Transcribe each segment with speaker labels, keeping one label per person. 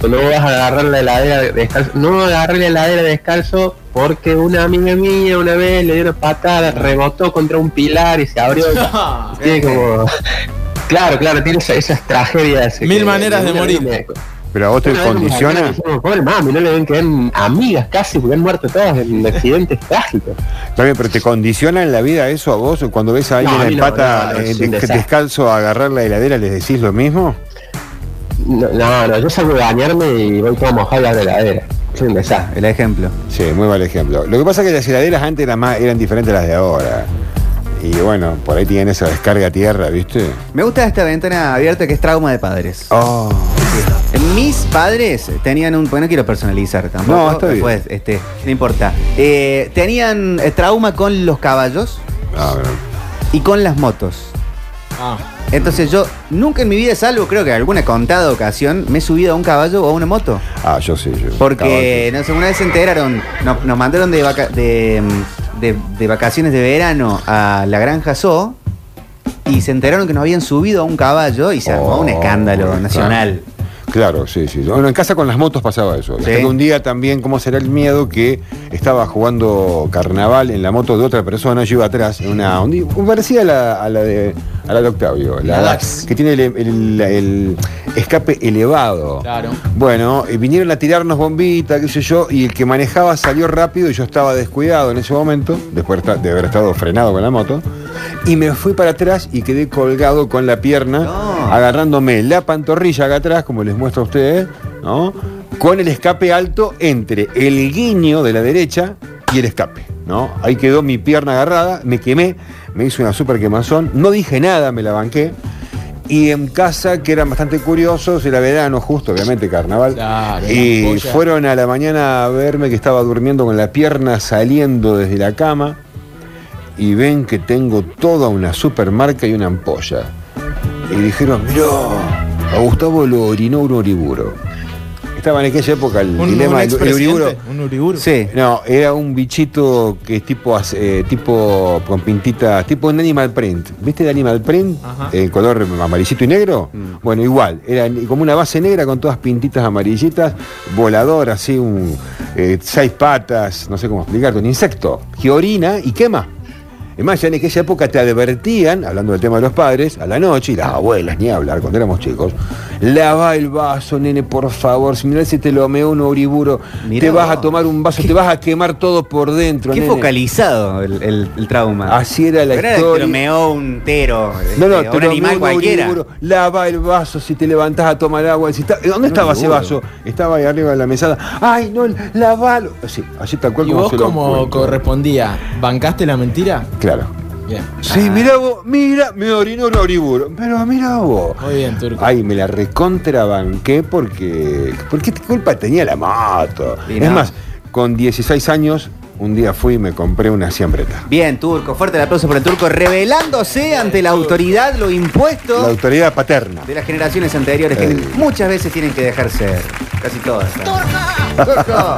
Speaker 1: no Pues vas a agarrar la heladera descalzo. No agarré la heladera descalzo porque una amiga mía una vez le dio una patada, rebotó contra un pilar y se abrió.
Speaker 2: No,
Speaker 1: Tiene como. Claro, claro, tiene esa- esas tragedias.
Speaker 2: Mil maneras de
Speaker 1: una vez me-
Speaker 2: morir.
Speaker 3: Pero a vos te
Speaker 1: una vez me
Speaker 3: condiciona.
Speaker 1: sacaron y dijimos, Pobre mami, no le ven que eran amigas casi, porque han muerto todas en accidentes trágicos.
Speaker 3: Está bien, pero te condiciona en la vida eso a vos. Cuando ves a alguien
Speaker 1: No, a mí
Speaker 3: en
Speaker 1: no,
Speaker 3: pata
Speaker 1: no, no,
Speaker 3: eh,
Speaker 1: es un
Speaker 3: des-
Speaker 1: desastre.
Speaker 3: descalzo a agarrar la heladera, ¿les decís lo mismo?
Speaker 1: No, no, no, yo salgo de bañarme y voy todo mojado a la heladera. Es un desastre.
Speaker 4: El ejemplo.
Speaker 3: Sí, muy mal ejemplo. Lo que pasa es que las heladeras antes eran, más, eran diferentes a las de ahora. Y bueno, por ahí tienen esa descarga a tierra, ¿viste?
Speaker 4: Me gusta esta ventana abierta que es trauma de padres.
Speaker 3: Oh,
Speaker 4: Mis padres tenían un. Bueno, no quiero personalizar tampoco.
Speaker 3: No, está bien.
Speaker 4: Pues, este, no importa. Eh, tenían eh, trauma con los caballos
Speaker 3: no, no.
Speaker 4: y con las motos.
Speaker 2: Ah,
Speaker 4: Entonces yo nunca en mi vida, salvo creo que alguna contada ocasión, me he subido a un caballo o a una moto.
Speaker 3: Ah, yo sí, yo.
Speaker 4: Porque no sé, una vez se enteraron, no- nos mandaron de, vaca- de, mm, de- de vacaciones de verano a la granja Zoo y se enteraron que nos habían subido a un caballo y se armó
Speaker 3: Oh,
Speaker 4: un escándalo
Speaker 3: claro.
Speaker 4: nacional.
Speaker 3: Claro, sí, sí. Bueno, en casa con las motos pasaba eso. Hasta
Speaker 4: Sí.
Speaker 3: que un día también, ¿cómo será el miedo que estaba jugando carnaval en la moto de otra persona? Yo iba atrás, en una Hondi- parecida a la, a la de a la de Octavio, la,
Speaker 2: La
Speaker 3: Dax,
Speaker 2: Dax.
Speaker 3: que tiene el, el- el escape elevado.
Speaker 2: claro.
Speaker 3: Bueno, eh, vinieron a tirarnos bombita, qué sé yo, y el que manejaba salió rápido y yo estaba descuidado en ese momento, después de esta- de haber estado frenado con la moto, y me fui para atrás y quedé colgado con la pierna,
Speaker 4: No.
Speaker 3: agarrándome la pantorrilla acá atrás, como les muestro a ustedes, ¿no? Con el escape alto entre el guiño de la derecha y el escape, ¿no? Ahí quedó mi pierna agarrada, me quemé, me hice una super quemazón, no dije nada, me la banqué. Y en casa, que eran bastante curiosos, era verano justo, obviamente, carnaval.
Speaker 2: Claro, la
Speaker 3: y
Speaker 2: ampolla.
Speaker 3: fueron a la mañana a verme que estaba durmiendo con la pierna saliendo desde la cama. Y ven que tengo toda una supermarca y una ampolla. Y dijeron, mirá, a Gustavo lo orinó un oriburo. Estaba en aquella época el
Speaker 2: Un, un
Speaker 3: dilema del el
Speaker 2: expresidente,
Speaker 3: oriburo.
Speaker 2: Un Uriburu.
Speaker 4: Sí.
Speaker 3: No, era un bichito que es tipo, as- eh, tipo con pintitas, tipo un animal print. ¿Viste el animal print? Eh,
Speaker 2: Ajá.
Speaker 3: En color amarillito y negro.
Speaker 4: Mm.
Speaker 3: Bueno, igual, era ni- como una base negra con todas pintitas amarillitas, volador, así, un, eh, seis patas, no sé cómo explicarte, un insecto que orina y quema. Es más, ya en aquella época te advertían, hablando del tema de los padres, a la noche, y las abuelas, ni hablar, cuando éramos chicos, lava el vaso, nene, por favor, si mirá si te lo meo un oriburo,
Speaker 4: Mirá
Speaker 3: te vas
Speaker 4: vos.
Speaker 3: a tomar un vaso, te vas a quemar todo por dentro,
Speaker 4: Qué
Speaker 3: nene.
Speaker 4: focalizado el, el- el trauma.
Speaker 3: Así era la
Speaker 4: Pero era que
Speaker 3: historia.
Speaker 4: lo meó un tero,
Speaker 3: No, no,
Speaker 4: este,
Speaker 3: te
Speaker 4: un
Speaker 3: lo
Speaker 4: animal
Speaker 3: meo un
Speaker 4: cualquiera.
Speaker 3: oriburo, lava el vaso si te levantás a tomar agua. si está- ¿Dónde estaba ese vaso? Estaba ahí arriba de la mesada. Ay, no, lavalo. Así, así tal cual
Speaker 2: ¿Y
Speaker 3: como
Speaker 2: vos
Speaker 3: se lo
Speaker 2: como
Speaker 3: cuento.
Speaker 2: correspondía? ¿Bancaste la mentira?
Speaker 3: Claro.
Speaker 2: Bien.
Speaker 3: Sí,
Speaker 4: Ah.
Speaker 3: mira vos, mira, me orinó un oriburo. Pero mira vos.
Speaker 2: Muy bien, Turco.
Speaker 3: Ay, me la recontrabanqué porque. Porque culpa tenía la moto.
Speaker 4: Y
Speaker 3: es
Speaker 4: no.
Speaker 3: más, con 16 años, un día fui y me compré una siembreta.
Speaker 4: Bien, turco, fuerte el aplauso por el turco, revelándose ante la autoridad lo impuesto
Speaker 3: La autoridad paterna.
Speaker 4: de las generaciones anteriores que
Speaker 3: Ey.
Speaker 4: muchas veces tienen que dejar ser. Casi todas. ¡Turco!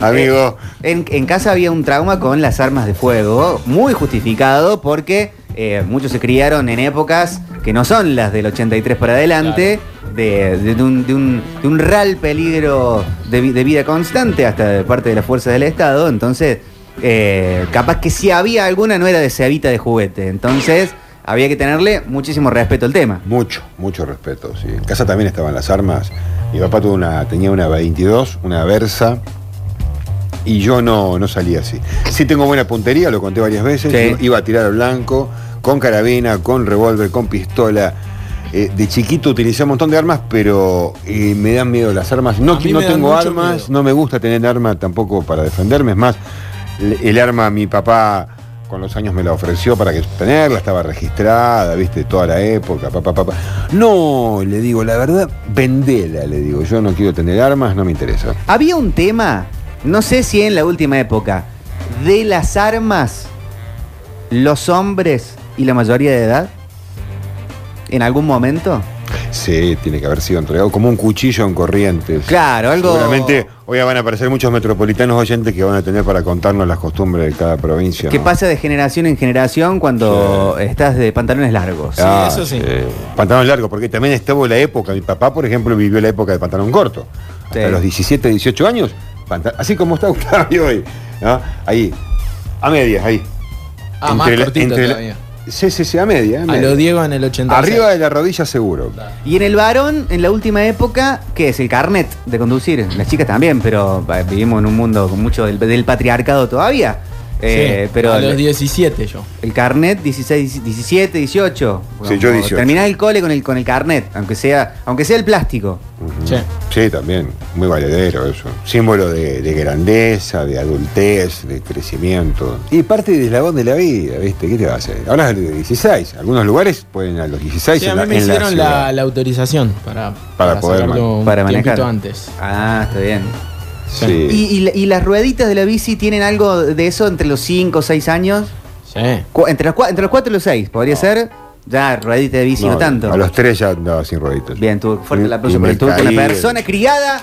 Speaker 3: Amigo.
Speaker 4: Eh, en, en casa había un trauma con las armas de fuego, muy justificado porque eh, muchos se criaron en épocas que no son las del 83 para adelante, de, de- de un, de un- de un real peligro de, vi- de vida constante hasta de parte de las fuerzas del Estado, entonces eh, capaz que si había alguna no era de ceavita de juguete, entonces había que tenerle muchísimo respeto al tema.
Speaker 3: Mucho, mucho respeto. sí. En casa también estaban las armas. Mi papá tuvo una, tenía una 22, una Versa. Y yo no, no salí así. Sí tengo buena puntería, lo conté varias veces.
Speaker 4: Sí.
Speaker 3: Iba a tirar al blanco, con carabina, con revólver, con pistola. Eh, de chiquito utilicé un montón de armas, pero eh, me dan miedo las armas. No,
Speaker 2: A mí
Speaker 3: no
Speaker 2: me dan
Speaker 3: tengo
Speaker 2: mucho
Speaker 3: armas,
Speaker 2: miedo.
Speaker 3: no me gusta tener arma tampoco para defenderme. Es más, el- el arma mi papá con los años me la ofreció para que tenerla, estaba registrada, viste, toda la época, papá, papá. No, le digo, la verdad, vendela, le digo. Yo no quiero tener armas, no me interesa.
Speaker 4: Había un tema, no sé si en la última época, de las armas, los hombres y la mayoría de edad, en algún momento.
Speaker 3: Sí, tiene que haber sido entregado como un cuchillo en corrientes.
Speaker 4: Claro, algo.
Speaker 3: Seguramente hoy van a aparecer muchos metropolitanos oyentes que van a tener para contarnos las costumbres de cada provincia.
Speaker 4: Que
Speaker 3: ¿no?
Speaker 4: pasa de generación en generación cuando estás de pantalones largos.
Speaker 3: Ah,
Speaker 2: eso sí.
Speaker 3: Pantalón largo, porque también estuvo la época. Mi papá, por ejemplo, vivió la época de pantalón corto. Hasta
Speaker 4: Sí.
Speaker 3: los 17, 18 años, panta- así como está Octavio hoy. ¿no? Ahí, a medias, ahí.
Speaker 2: Ah, más
Speaker 3: la-
Speaker 2: cortito
Speaker 3: la-
Speaker 2: todavía.
Speaker 3: Sí, sí, sí, a media. a
Speaker 2: A
Speaker 3: media.
Speaker 2: lo Diego en el 86.
Speaker 3: Arriba de la rodilla seguro.
Speaker 4: Y en el varón, en la última época, ¿qué es? El carnet de conducir. Las chicas también, pero eh, vivimos en un mundo con mucho del, del patriarcado todavía. Eh,
Speaker 2: Sí,
Speaker 4: pero
Speaker 2: a los
Speaker 4: el,
Speaker 2: 17 yo.
Speaker 4: el carnet 16, 17, 18.
Speaker 3: Sí, yo 18.
Speaker 4: Terminar el cole con el, con el carnet, aunque sea, aunque sea el plástico.
Speaker 2: Sí.
Speaker 3: Sí, también. Muy valedero eso. Símbolo de, de grandeza, de adultez, de crecimiento. Y parte del eslabón de la vida, ¿viste? ¿Qué te va a hacer? Ahora es de 16. Algunos lugares pueden a los 16
Speaker 2: Sí, a
Speaker 3: en la,
Speaker 2: mí me
Speaker 3: en la
Speaker 2: hicieron
Speaker 3: ciudad.
Speaker 2: la, la autorización para,
Speaker 3: poder
Speaker 2: sacarlo
Speaker 3: man-
Speaker 2: un
Speaker 4: para manejar.
Speaker 2: tiempito antes.
Speaker 4: Ah, está bien.
Speaker 3: Sí.
Speaker 4: ¿Y, y la- y las rueditas de la bici tienen algo de eso entre los 5 o 6 años?
Speaker 2: Sí.
Speaker 4: Cu- Entre los, cua- entre los 4 y los 6, podría ser. Ya, ruedita de bici no, tanto.
Speaker 3: A los tres ya andaba sin rueditos.
Speaker 4: Bien, tuvo fuerte el
Speaker 3: Y-
Speaker 4: aplauso
Speaker 3: y
Speaker 4: por
Speaker 3: me
Speaker 4: el turco.
Speaker 3: caí.
Speaker 4: La persona criada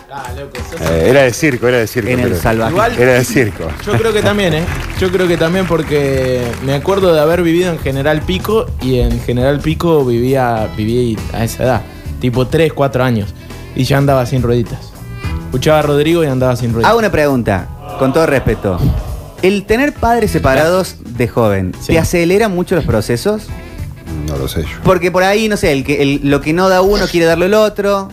Speaker 3: Eh, era de circo, era de circo.
Speaker 4: en el
Speaker 3: pero-
Speaker 4: salvaje.
Speaker 2: Igual-
Speaker 3: Era de circo.
Speaker 2: Yo creo que también, ¿eh? Yo creo que también porque me acuerdo de haber vivido en General Pico y en General Pico vivía, viví a esa edad, tipo 3, 4 años, y ya andaba sin rueditas. Escuchaba a Rodrigo y andaba sin rueditas.
Speaker 3: Ah,
Speaker 4: Hago una pregunta, con todo respeto. ¿El tener padres separados de joven
Speaker 2: Sí.
Speaker 4: te acelera mucho los procesos?
Speaker 3: No lo sé yo.
Speaker 4: Porque por ahí, no sé, el que, el- lo que no da uno quiere darlo el otro.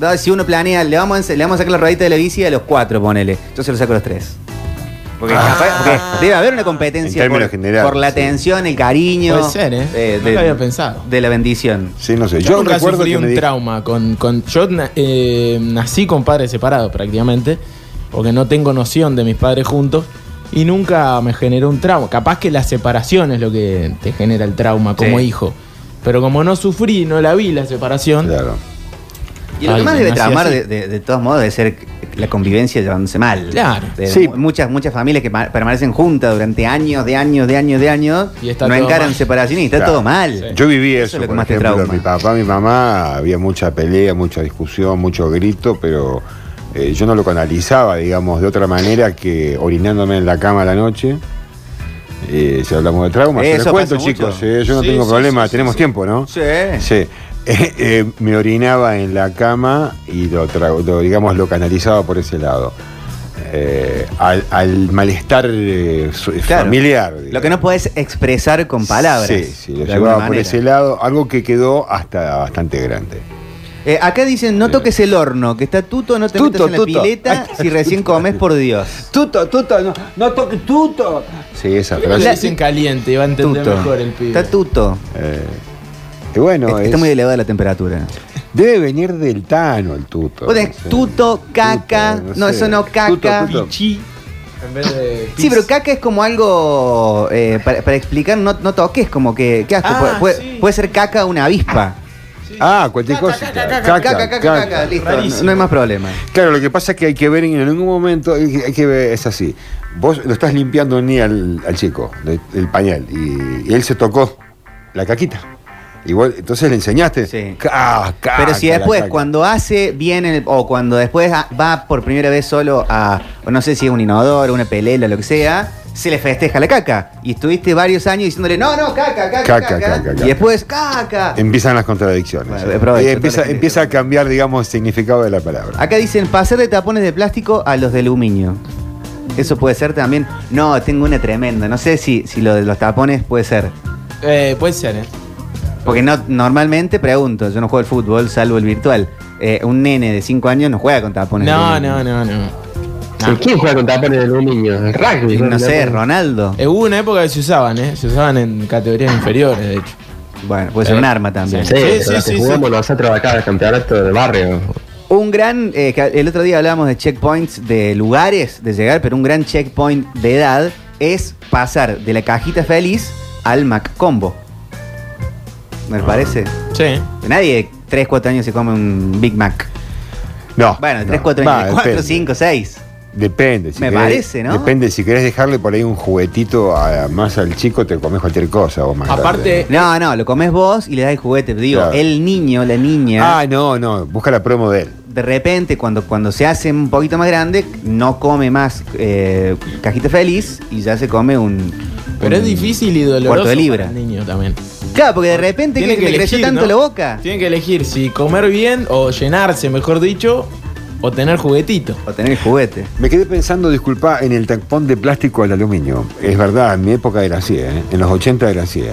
Speaker 4: Da- Si uno planea, le vamos, a, ens- le vamos a sacar la ruedita de la bici a los cuatro, ponele. Yo se lo saco a los tres. Porque, capaz- porque debe haber una competencia
Speaker 3: Ah. En
Speaker 4: por,
Speaker 3: términos generales,
Speaker 4: por la
Speaker 3: sí.
Speaker 4: atención, el cariño.
Speaker 2: Puede ser, ¿eh?
Speaker 4: eh,
Speaker 2: Nunca había pensado.
Speaker 4: De la bendición.
Speaker 3: Sí, no sé.
Speaker 2: Yo,
Speaker 3: Yo,
Speaker 2: nunca
Speaker 3: recuerdo
Speaker 2: sufrí
Speaker 3: que me
Speaker 2: un
Speaker 3: di-
Speaker 2: trauma con, con yo na- eh, nací con padres separados prácticamente, porque no tengo noción de mis padres juntos y nunca me generó un trauma. Capaz que la separación es lo que te genera el trauma como
Speaker 4: Sí.
Speaker 2: hijo. Pero como no sufrí, no la vi la separación.
Speaker 3: Claro.
Speaker 4: Y lo que
Speaker 2: Ay,
Speaker 4: más debe
Speaker 2: nací
Speaker 4: traumar
Speaker 2: así.
Speaker 4: de, de- de todos modos debe ser la convivencia llevándose mal.
Speaker 2: Claro.
Speaker 4: De
Speaker 3: Sí.
Speaker 4: mu- Muchas, muchas familias que ma- permanecen juntas durante años, de años, de años, de años,
Speaker 2: Y está
Speaker 4: no
Speaker 2: todo
Speaker 4: encaran
Speaker 2: mal.
Speaker 4: separación y está
Speaker 3: Claro.
Speaker 4: todo mal.
Speaker 3: Yo viví eso,
Speaker 4: Eso es lo que
Speaker 3: por
Speaker 4: más te
Speaker 3: ejemplo,
Speaker 4: trauma.
Speaker 3: mi papá, mi mamá, había mucha pelea, mucha discusión, mucho grito, pero eh, yo no lo canalizaba, digamos, de otra manera que orinándome en la cama a la noche. Eh, si hablamos de trauma, se
Speaker 4: Eso
Speaker 3: les cuento,
Speaker 4: pasa mucho.
Speaker 3: chicos, eh, yo no
Speaker 2: Sí,
Speaker 3: tengo
Speaker 2: sí,
Speaker 3: problema,
Speaker 2: sí, sí,
Speaker 3: tenemos
Speaker 2: sí.
Speaker 3: tiempo, ¿no?
Speaker 4: Sí.
Speaker 3: Sí. Eh, eh, me orinaba en la cama y lo, tra- lo, digamos lo canalizaba por ese lado. Eh, al, al malestar eh, su-
Speaker 4: Claro.
Speaker 3: familiar.
Speaker 4: Lo que no
Speaker 3: digamos.
Speaker 4: puedes expresar con palabras.
Speaker 3: Sí, sí, lo
Speaker 4: de alguna
Speaker 3: llevaba por
Speaker 4: manera.
Speaker 3: ese lado, algo que quedó hasta bastante grande.
Speaker 4: Eh, acá dicen, no toques el horno, que está tuto, no te
Speaker 3: Tuto,
Speaker 4: metas en la
Speaker 3: tuto.
Speaker 4: pileta si recién comes, por Dios.
Speaker 3: Tuto, tuto, no, no toques tuto. Sí, esa
Speaker 2: Le
Speaker 3: frase.
Speaker 2: dicen caliente, va a entender mejor el pibe.
Speaker 4: Está tuto.
Speaker 3: Eh, y bueno,
Speaker 4: Es-
Speaker 3: es-
Speaker 4: está muy elevada la temperatura.
Speaker 3: debe venir del Tano el tuto.
Speaker 4: Vos tenés
Speaker 3: no sé.
Speaker 4: tuto, caca,
Speaker 3: Tuto,
Speaker 4: no,
Speaker 3: sé.
Speaker 4: eso no, caca.
Speaker 3: Tuto, tuto.
Speaker 2: Pichi, en vez de pis.
Speaker 4: Sí, pero caca es como algo eh, para, para explicar, no, no toques, como que. ¿Qué asco?
Speaker 2: Ah,
Speaker 4: puede, puede-
Speaker 2: sí.
Speaker 4: puede ser caca una avispa.
Speaker 3: Ah, cualquier cosa.
Speaker 4: Caca, caca, caca,
Speaker 3: caca.
Speaker 4: listo.
Speaker 2: Rarísimo.
Speaker 4: No, no hay más problema.
Speaker 3: Claro, lo que pasa es que hay que ver en algún momento, hay que- hay que ver, es así. Vos lo estás limpiando ni al, al chico, de- el pañal, y, y él se tocó la caquita. Igual, entonces le enseñaste.
Speaker 4: Sí.
Speaker 3: "Ca- caca,
Speaker 4: Pero si
Speaker 3: la
Speaker 4: después,
Speaker 3: caca".
Speaker 4: cuando hace bien el- o cuando después a- va por primera vez solo a, o no sé si es un inodoro, una pelela, lo que sea, se le festeja la caca. Y estuviste varios años diciéndole, no, no, caca, caca,
Speaker 3: Caca,
Speaker 4: caca.
Speaker 3: caca, caca. Em-
Speaker 4: Y después, caca.
Speaker 3: Empiezan las contradicciones.
Speaker 4: Bueno, aprovecho,
Speaker 3: Y empieza,
Speaker 4: toda la
Speaker 3: empieza a
Speaker 4: gente.
Speaker 3: cambiar, digamos, el significado de la palabra.
Speaker 4: Acá dicen pasar de tapones de plástico a los de aluminio. Eso puede ser también. No, tengo una tremenda. No sé si, si lo de los tapones puede ser.
Speaker 2: Eh, puede ser, ¿eh?
Speaker 4: Porque no, normalmente pregunto, yo no juego al fútbol, salvo el virtual. Eh, un nene de 5 años no juega con tapones. de
Speaker 2: No,
Speaker 4: aluminio.
Speaker 2: no, no, no. Ah.
Speaker 1: ¿Y ¿Quién juega con tapones de aluminio? El rugby.
Speaker 4: No sé,
Speaker 1: Ronaldo.
Speaker 4: Ronaldo.
Speaker 2: Eh, hubo una época que se usaban, ¿eh? Se usaban en categorías inferiores, de hecho.
Speaker 4: Bueno, puede ser
Speaker 2: Eh,
Speaker 4: un arma también.
Speaker 1: Sí,
Speaker 2: Sí,
Speaker 1: pero
Speaker 2: sí,
Speaker 1: la
Speaker 2: sí,
Speaker 1: que
Speaker 2: sí.
Speaker 1: jugamos nosotros acá el campeonato del barrio.
Speaker 4: Un gran, eh, que el otro día hablábamos de checkpoints, de lugares de llegar, pero un gran checkpoint de edad es pasar de la cajita feliz al Mac Combo. ¿Me parece?
Speaker 2: Sí.
Speaker 4: Nadie de 3, 4 años se come un Big Mac.
Speaker 3: No.
Speaker 4: Bueno,
Speaker 3: no.
Speaker 4: 3, 4
Speaker 3: Va,
Speaker 4: años, 4,
Speaker 3: depende.
Speaker 4: 5, 6.
Speaker 3: Depende. Si
Speaker 4: Me
Speaker 3: querés-
Speaker 4: parece, ¿no?
Speaker 3: Depende, si querés dejarle por ahí un juguetito a- más al chico, te comes cualquier cosa vos más grande.
Speaker 2: Aparte,
Speaker 4: No, no, lo comes vos y le das el juguete. Digo,
Speaker 3: Claro.
Speaker 4: el niño, la niña,
Speaker 3: Ah, no, no, busca la promo de él.
Speaker 4: de repente, cuando, cuando se hace un poquito más grande, no come más eh, cajita feliz y ya se come un.
Speaker 2: pero es
Speaker 4: un-
Speaker 2: difícil y doloroso
Speaker 4: cuarto de libra.
Speaker 2: para el niño también.
Speaker 4: Claro, porque de repente que, le creció tanto
Speaker 2: ¿no?
Speaker 4: la boca.
Speaker 2: Tienen que elegir si comer bien o llenarse, mejor dicho, o tener juguetito.
Speaker 4: O tener el juguete.
Speaker 3: Me quedé pensando, disculpa, en el tampón de plástico al aluminio. Es verdad, en mi época era así, ¿eh? en los 80 era así. ¿eh?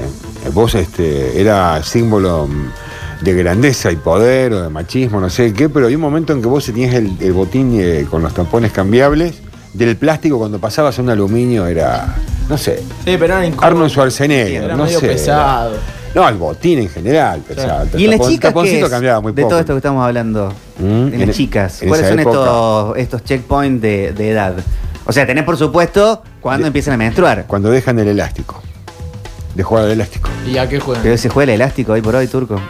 Speaker 3: Vos este, era símbolo mm, de grandeza y poder o de machismo, no sé qué, pero había un momento en que vos tenías el, el botín eh, con los tampones cambiables del plástico cuando pasabas a un aluminio era, no sé,
Speaker 2: Sí, pero eran
Speaker 4: Ah,
Speaker 2: incómodos.
Speaker 3: Arnold Schwarzenegger,
Speaker 2: Era
Speaker 3: no
Speaker 2: medio
Speaker 3: sé.
Speaker 2: pesado.
Speaker 3: No, el botín en general pesado. El
Speaker 4: ¿Y en las
Speaker 3: tapón-
Speaker 4: chicas qué
Speaker 3: taponcito
Speaker 4: es?
Speaker 3: cambiaba muy
Speaker 4: De
Speaker 3: poco.
Speaker 4: todo esto que estamos hablando.
Speaker 3: Mm,
Speaker 4: en
Speaker 3: en-
Speaker 4: las chicas.
Speaker 3: en
Speaker 4: ¿Cuáles
Speaker 3: esa
Speaker 4: son
Speaker 3: época.
Speaker 4: estos, estos checkpoints de, de edad? O sea, tenés por supuesto cuando
Speaker 3: De-
Speaker 4: empiezan a menstruar.
Speaker 3: Cuando dejan el elástico. De jugar al elástico.
Speaker 2: ¿Y a qué juegan?
Speaker 4: Pero se juega el elástico hoy por hoy, turco.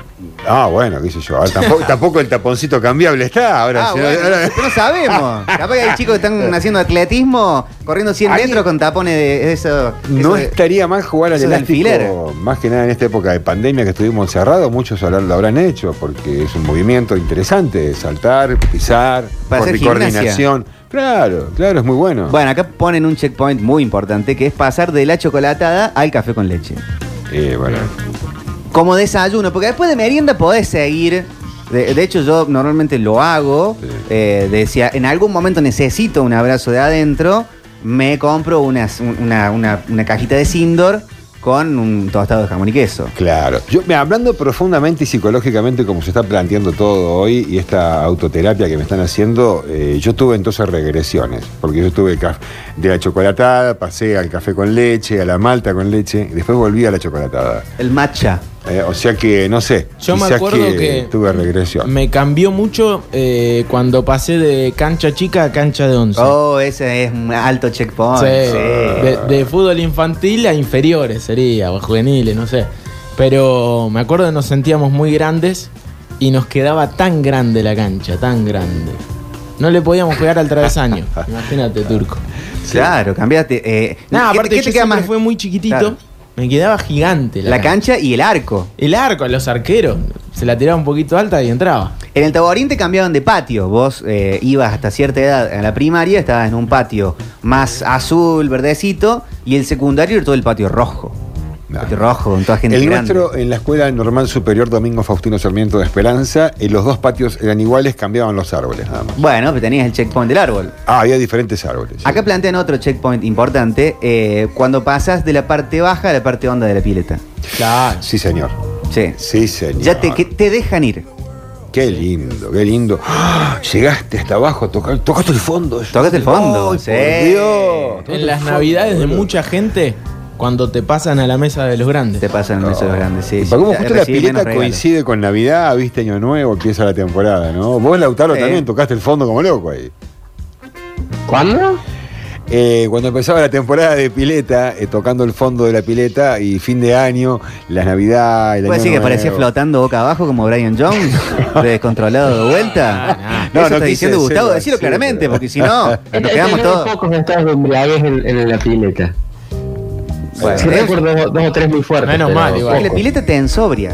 Speaker 3: Ah, bueno, qué sé yo. Ahora tampoco, tampoco el taponcito cambiable está. Ahora,
Speaker 4: Ah,
Speaker 3: si no-
Speaker 4: bueno,
Speaker 3: ahora-
Speaker 4: no sabemos. Capaz que hay chicos que están haciendo atletismo, corriendo 100
Speaker 3: Ahí-
Speaker 4: metros con tapones de eso.
Speaker 3: no
Speaker 4: eso-
Speaker 3: estaría mal jugar al
Speaker 4: eso de
Speaker 3: elástico.
Speaker 4: alfiler.
Speaker 3: Más que nada en esta época de pandemia que estuvimos encerrados, muchos lo lo habrán hecho, porque es un movimiento interesante. Saltar, pisar,
Speaker 4: Para hacer gimnasia.
Speaker 3: coordinación. Claro, claro, es muy bueno.
Speaker 4: Bueno, acá ponen un checkpoint muy importante que es pasar de la chocolatada al café con leche.
Speaker 3: Eh, bueno.
Speaker 4: Como desayuno, porque después de merienda podés seguir. De, de hecho, yo normalmente lo hago.
Speaker 3: Sí.
Speaker 4: Eh, decía, en algún momento necesito un abrazo de adentro. Me compro unas- un- una, una- una cajita de Sindor con un tostado de jamón y queso.
Speaker 3: Claro. Yo, mira, hablando profundamente y psicológicamente, como se está planteando todo hoy y esta autoterapia que me están haciendo, eh, yo tuve entonces regresiones. Porque yo tuve ca- de la chocolatada, pasé al café con leche, a la malta con leche, y después volví a la chocolatada.
Speaker 4: El matcha.
Speaker 3: Eh, o sea que, no sé.
Speaker 2: Yo me
Speaker 3: quizás
Speaker 2: acuerdo que
Speaker 3: Tuve regresión.
Speaker 2: Me cambió mucho eh, cuando pasé de cancha chica a cancha de once.
Speaker 4: Oh, ese es un alto checkpoint.
Speaker 2: Sí.
Speaker 4: sí.
Speaker 2: De, de fútbol infantil a inferiores sería, o juveniles, no sé. Pero me acuerdo que nos sentíamos muy grandes y nos quedaba tan grande la cancha, tan grande. No le podíamos pegar al travesaño. Imagínate, turco.
Speaker 4: Claro, cambiaste. eh,
Speaker 2: Nada,
Speaker 4: ¿qué te-
Speaker 2: aparte
Speaker 4: qué
Speaker 2: yo
Speaker 4: te queda
Speaker 2: siempre
Speaker 4: más?
Speaker 2: fue muy chiquitito.
Speaker 4: Claro.
Speaker 2: Me quedaba gigante la,
Speaker 4: La cancha y el arco.
Speaker 2: El arco, a los arqueros. Se la tiraba un poquito alta y entraba.
Speaker 4: En el Taborín te cambiaban de patio. Vos eh, ibas hasta cierta edad a la primaria, estabas en un patio más azul, verdecito, y el secundario era todo el patio rojo.
Speaker 3: No.
Speaker 4: Patio rojo, con toda gente
Speaker 3: El
Speaker 4: grande.
Speaker 3: nuestro en la Escuela Normal Superior Domingo Faustino Sarmiento de Esperanza, eh, los dos patios eran iguales, cambiaban los árboles nada más.
Speaker 4: Bueno, pero tenías el checkpoint del árbol.
Speaker 3: Ah, había diferentes árboles. sí.
Speaker 4: Acá plantean otro checkpoint importante, eh, cuando pasas de la parte baja a la parte honda de la pileta.
Speaker 2: Claro.
Speaker 3: Sí, señor.
Speaker 4: Sí.
Speaker 3: Sí, señor.
Speaker 4: Ya te, que te dejan ir.
Speaker 3: Qué lindo, qué lindo. ¡Ah! Llegaste hasta abajo, toca- tocaste el fondo.
Speaker 4: Tocaste el fondo,
Speaker 3: ¡Ay,
Speaker 4: sí.
Speaker 3: por Dios!
Speaker 2: En las navidades de mucha gente, cuando te pasan a la mesa de los grandes.
Speaker 4: Te pasan el mes de los grandes, sí.
Speaker 3: Y
Speaker 4: sí.
Speaker 3: para cómo justo la
Speaker 4: Recibí menos
Speaker 3: pileta
Speaker 4: regalos.
Speaker 3: coincide con Navidad, viste Año Nuevo, empieza la temporada, ¿no? Vos, Lautaro,
Speaker 4: Sí.
Speaker 3: también tocaste el fondo como loco ahí.
Speaker 1: ¿Cuándo?
Speaker 3: Eh, cuando empezaba la temporada de pileta, eh, tocando el fondo de la pileta y fin de año, la Navidad, el Año
Speaker 4: ¿Puede decir Pues que
Speaker 3: Nuevo.
Speaker 4: parecía flotando boca abajo como Brian Jones? de descontrolado de vuelta.
Speaker 3: No,
Speaker 4: No,
Speaker 3: no
Speaker 4: no, está
Speaker 3: quise
Speaker 4: diciendo
Speaker 3: decirlo,
Speaker 4: Gustavo, decirlo
Speaker 3: sí,
Speaker 4: claramente,
Speaker 3: pero-
Speaker 4: porque si no, nos quedamos todos.
Speaker 1: pocos estados de embriaguez en, en la pileta.
Speaker 4: Bueno,
Speaker 1: Sí,
Speaker 4: es-
Speaker 1: recuerdo dos, dos o tres muy fuertes.
Speaker 2: Menos
Speaker 1: pero
Speaker 2: mal, igual.
Speaker 1: pocos.
Speaker 4: la pileta te ensobria.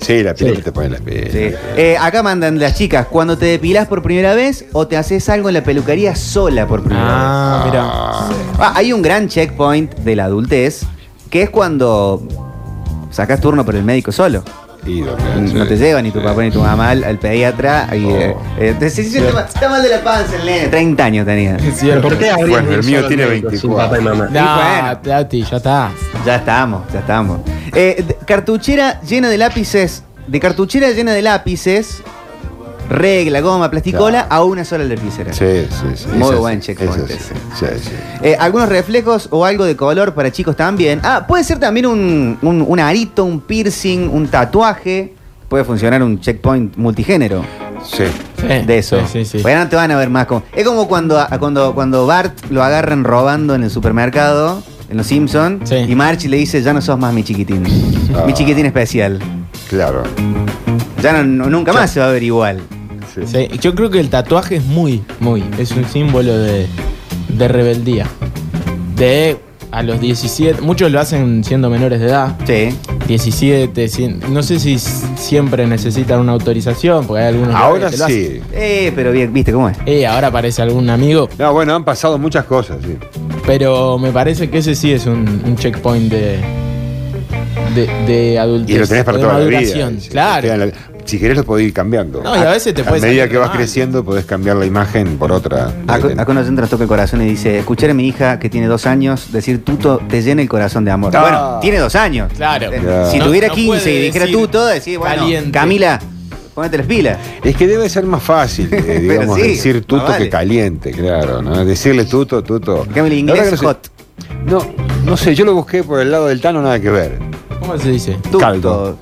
Speaker 3: Sí, la pileta
Speaker 1: Sí.
Speaker 3: te pone la pileta.
Speaker 4: Sí. Eh, acá mandan las chicas, cuando te depilás por primera vez o te haces algo en la peluquería sola por primera
Speaker 2: Ah, mira.
Speaker 3: Ah,
Speaker 4: vez. Ah, hay un gran checkpoint de la adultez, que es cuando sacas turno por el médico solo.
Speaker 3: ídolo,
Speaker 4: No
Speaker 3: sí.
Speaker 4: te lleva ni tu papá ni tu mamá al, al pediatra. Y,
Speaker 3: Oh.
Speaker 4: eh, eh, te- sí, sí, está, mal- está mal de la panza el nene. 30 años tenía.
Speaker 2: Es
Speaker 1: Pero
Speaker 2: cierto.
Speaker 1: ¿Por qué habrías
Speaker 3: Bueno, el
Speaker 1: ido
Speaker 3: mío
Speaker 1: solo al
Speaker 3: tiene
Speaker 1: médico, sin
Speaker 3: 24.
Speaker 1: papá y mamá?
Speaker 2: No,
Speaker 4: bueno.
Speaker 2: Tati, ya está.
Speaker 4: Ya estamos, ya estamos. Eh, de- cartuchera llena de lápices. De cartuchera llena de lápices, regla, goma, plasticola, a una sola lapicera.
Speaker 3: Sí, sí, sí.
Speaker 4: Muy
Speaker 3: Esa
Speaker 4: buen
Speaker 3: sí,
Speaker 4: checkpoint
Speaker 3: esa sí, sí, sí.
Speaker 4: Eh, algunos reflejos o algo de color para chicos también. Ah, puede ser también un, un, un arito, un piercing, un tatuaje. Puede funcionar un checkpoint multigénero.
Speaker 3: Sí.
Speaker 2: Sí,
Speaker 4: de eso.
Speaker 2: Eh, Sí, sí, sí.
Speaker 4: Porque no te van a ver más como. Es como cuando, a- cuando, cuando Bart lo agarran robando en el supermercado, en los Simpsons,
Speaker 2: Sí.
Speaker 4: y March le dice, ya no sos más mi chiquitín.
Speaker 3: Ah.
Speaker 4: Mi chiquitín especial.
Speaker 3: Claro.
Speaker 4: Ya no- no- nunca más se va a ver igual.
Speaker 3: sí.
Speaker 2: Sí, Yo creo que el tatuaje es muy, muy. Es un símbolo de, de rebeldía. De a los 17. Muchos lo hacen siendo menores de edad.
Speaker 4: Sí.
Speaker 2: 17, cien- no sé si s- siempre necesitan una autorización, porque hay algunos
Speaker 3: Ahora
Speaker 2: lugares que lo
Speaker 3: sí.
Speaker 4: Eh, pero bien, ¿viste cómo es?
Speaker 2: hacen. Eh, ahora aparece algún amigo,
Speaker 3: No, bueno, han pasado muchas cosas, sí.
Speaker 2: pero me parece que ese sí es un, un checkpoint de, de, de adultez.
Speaker 3: Y lo tenés para
Speaker 2: de
Speaker 3: toda la vida.
Speaker 2: maduración,
Speaker 3: Sí, te
Speaker 2: Claro.
Speaker 3: queda la- si querés lo podés ir cambiando.
Speaker 2: No, y a veces te
Speaker 3: a
Speaker 2: puede
Speaker 3: medida
Speaker 2: salir
Speaker 3: que vas
Speaker 2: mal.
Speaker 3: creciendo podés cambiar la imagen por otra.
Speaker 4: Acá acá uno entra, nos toca el corazón y dice, escuchar a mi hija que tiene dos años decir tuto te llena el corazón de amor.
Speaker 3: Ah.
Speaker 4: Bueno, tiene dos años.
Speaker 2: Claro.
Speaker 4: Eh,
Speaker 3: Claro.
Speaker 4: Si
Speaker 2: No-
Speaker 4: tuviera
Speaker 2: no
Speaker 4: 15 y
Speaker 2: puede
Speaker 4: dijera
Speaker 2: decir
Speaker 4: tuto, decís, bueno,
Speaker 2: caliente.
Speaker 4: Camila, ponete las pilas.
Speaker 3: Es que debe ser más fácil, eh,
Speaker 4: Pero
Speaker 3: digamos,
Speaker 4: sí,
Speaker 3: decir
Speaker 4: más
Speaker 3: tuto
Speaker 4: vale.
Speaker 3: que caliente, claro, ¿no? Decirle tuto, tuto.
Speaker 4: En cambio, el
Speaker 3: La verdad
Speaker 4: inglés
Speaker 3: que no sé-
Speaker 4: hot.
Speaker 3: No, no sé, yo lo busqué por el lado del Tano, nada que ver.
Speaker 2: ¿Cómo se dice?
Speaker 4: Tuto.
Speaker 3: Caldo.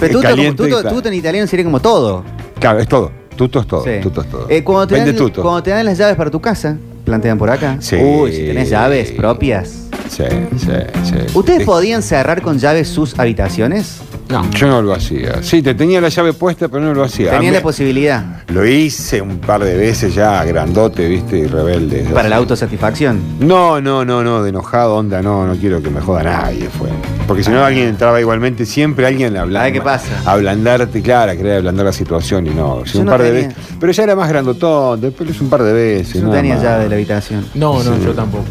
Speaker 4: Pero tuto,
Speaker 3: Caliente,
Speaker 4: como, tuto,
Speaker 3: claro.
Speaker 4: tuto en italiano sería como todo.
Speaker 3: Claro, es todo. Tuto es todo.
Speaker 4: Sí.
Speaker 3: Tuto es todo.
Speaker 4: Eh, cuando, te
Speaker 3: Vende
Speaker 4: dan,
Speaker 3: tuto.
Speaker 4: cuando te dan las llaves para tu casa, plantean por acá.
Speaker 3: Sí.
Speaker 4: Uy, si tenés llaves propias.
Speaker 3: Sí, sí, sí.
Speaker 4: ¿Ustedes
Speaker 3: Sí.
Speaker 4: podían cerrar con llaves sus habitaciones?
Speaker 2: No.
Speaker 3: Yo no lo hacía. Sí, te tenía la llave puesta, pero no lo hacía. A
Speaker 4: ¿Tenían
Speaker 3: mí-
Speaker 4: la posibilidad
Speaker 3: Lo hice un par de veces ya, grandote, viste, y rebelde.
Speaker 4: para la autosatisfacción?
Speaker 3: No, no, no, no, de enojado, onda, no, no quiero que me joda nadie, fue. Porque si no, alguien entraba igualmente, siempre alguien le hablaba.
Speaker 4: Ay, Ah. ¿qué pasa?
Speaker 3: Ablandarte, claro, querer ablandar la situación y no. sí,
Speaker 4: Yo
Speaker 3: un
Speaker 4: no
Speaker 3: par de
Speaker 4: tenía.
Speaker 3: veces. Pero ya era más grandotón, después lo hice un par de veces.
Speaker 4: Yo no
Speaker 3: nada
Speaker 4: tenía
Speaker 3: más.
Speaker 4: llave de la habitación.
Speaker 2: No, no,
Speaker 3: Sí.
Speaker 2: yo tampoco.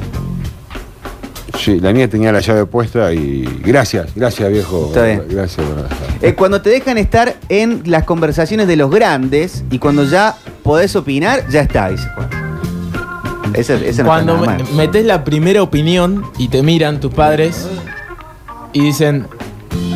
Speaker 3: Sí, la mía tenía la llave puesta y. Gracias, gracias, viejo.
Speaker 4: Está bien.
Speaker 3: Gracias, por-
Speaker 4: Eh, cuando te dejan estar en las conversaciones de los grandes y cuando ya podés opinar, ya está, dice Juan. Esa, esa no
Speaker 2: Cuando
Speaker 4: está nada
Speaker 2: me-
Speaker 4: mal.
Speaker 2: metes la primera opinión y te miran tus padres y dicen,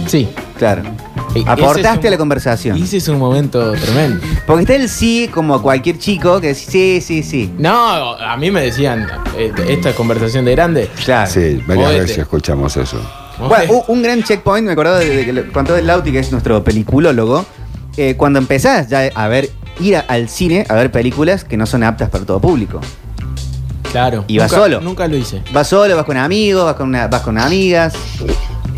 Speaker 2: sí. e-,
Speaker 4: Claro.
Speaker 2: Ese es
Speaker 4: Aportaste
Speaker 2: un-
Speaker 4: a la conversación.
Speaker 2: Y ese es un momento tremendo.
Speaker 4: Porque está el sí, como a cualquier chico, que dice sí, sí, sí.
Speaker 2: No, a mí me decían, eh, esta conversación de grande.
Speaker 4: Claro.
Speaker 3: Sí, varias
Speaker 2: Jodete.
Speaker 3: veces escuchamos eso.
Speaker 4: Bueno, un, un gran checkpoint, me acordaba de, de que lo- cuando el Lauti, que es nuestro peliculólogo, eh, cuando empezás ya a ver, ir a- al cine a ver películas que no son aptas para todo público.
Speaker 2: claro.
Speaker 4: iba
Speaker 2: Nunca-
Speaker 4: uh, solo.
Speaker 2: Nunca lo hice.
Speaker 4: Vas solo, vas con amigos, vas con, una- vas con amigas.